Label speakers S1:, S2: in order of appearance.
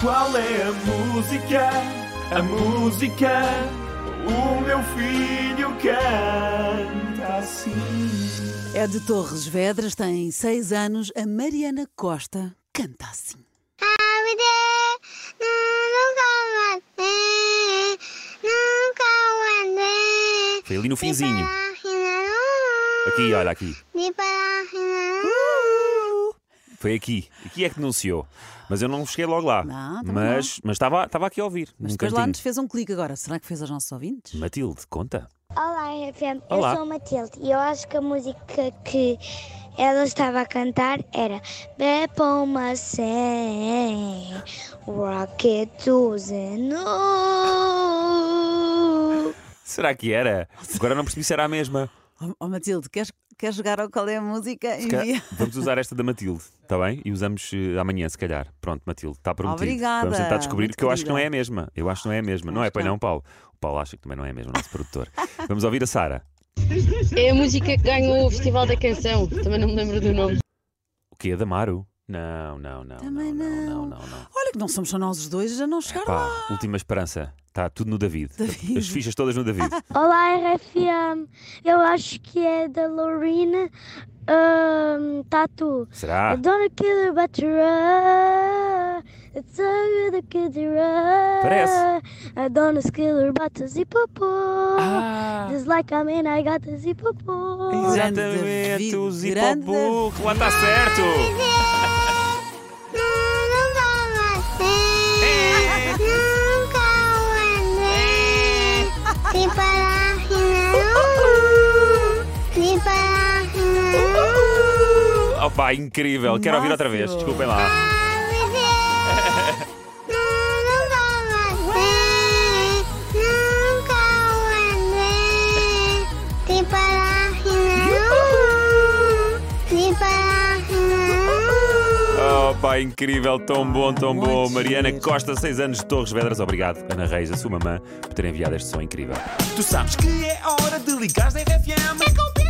S1: Qual é a música? A música o meu filho canta assim.
S2: É de Torres Vedras, tem seis anos. A Mariana Costa canta assim.
S3: Um Foi ali no finzinho. Aqui, Uh! olha, aqui. Foi aqui. Aqui é que denunciou. Mas eu não cheguei logo lá.
S2: Não, também
S3: mas mas estava, estava aqui a ouvir.
S2: Mas
S3: num
S2: depois lá
S3: cantinho.
S2: nos fez um clique agora. Será que fez aos nossos ouvintes?
S3: Matilde, conta.
S4: Olá, RFM.
S3: Olá.
S4: Eu sou a Matilde e eu acho que a música que ela estava a cantar era Bepoma 100, Rocket to the Moon."
S3: Será que era? Agora não percebi se era a mesma.
S2: Oh, oh, Matilde, queres, queres jogar ao qual é a música?
S3: Hum. Se calhar-
S2: Envia.
S3: vamos usar esta da Matilde, está bem? E usamos eh, amanhã, se calhar. Pronto, Matilde, está prometido.
S2: Obrigada,
S3: Vamos tentar descobrir,
S2: muito
S3: porque eu acho que não
S2: querida.
S3: é a mesma. Eu acho que não é a mesma. Não é,
S2: acho que
S3: pois
S2: não.
S3: não, Paulo? O Paulo acha que também não é a mesma, o nosso produtor. Vamos ouvir a Sara.
S5: É a música que ganhou o Festival da Canção. Também não me lembro do nome.
S3: O quê? A Damaro? Não, não, não.
S2: Também
S3: Não,
S2: não.
S3: não, não. não.
S2: Olha que não somos só nós os dois a não chegar lá.
S3: Pá, última esperança. Está tudo no David.
S2: David.
S3: As fichas todas no David.
S4: Olá, RFM. Eu acho que é da Lorena um, Tatu.
S3: Será?
S4: I don't care about your eye. It's a good kid your eye.
S3: Parece.
S4: uh, I don't skill about the zippo.
S3: Ah!
S4: Just like I mean I got the zippo.
S2: Grande
S3: Exatamente,
S2: David,
S3: o
S2: grande
S3: Zipobuco, lá está certo! Oh pá, incrível! Quero ouvir outra vez,
S2: Máximo.
S3: desculpem lá. Oh pá, incrível, tão bom, tão
S2: muito
S3: bom.
S2: giro.
S3: Mariana Costa, 6 anos de Torres Vedras, obrigado. Ana Reis, a sua mamã, por ter enviado este som incrível.
S1: Tu sabes que é hora de ligares na RFM. É complicado.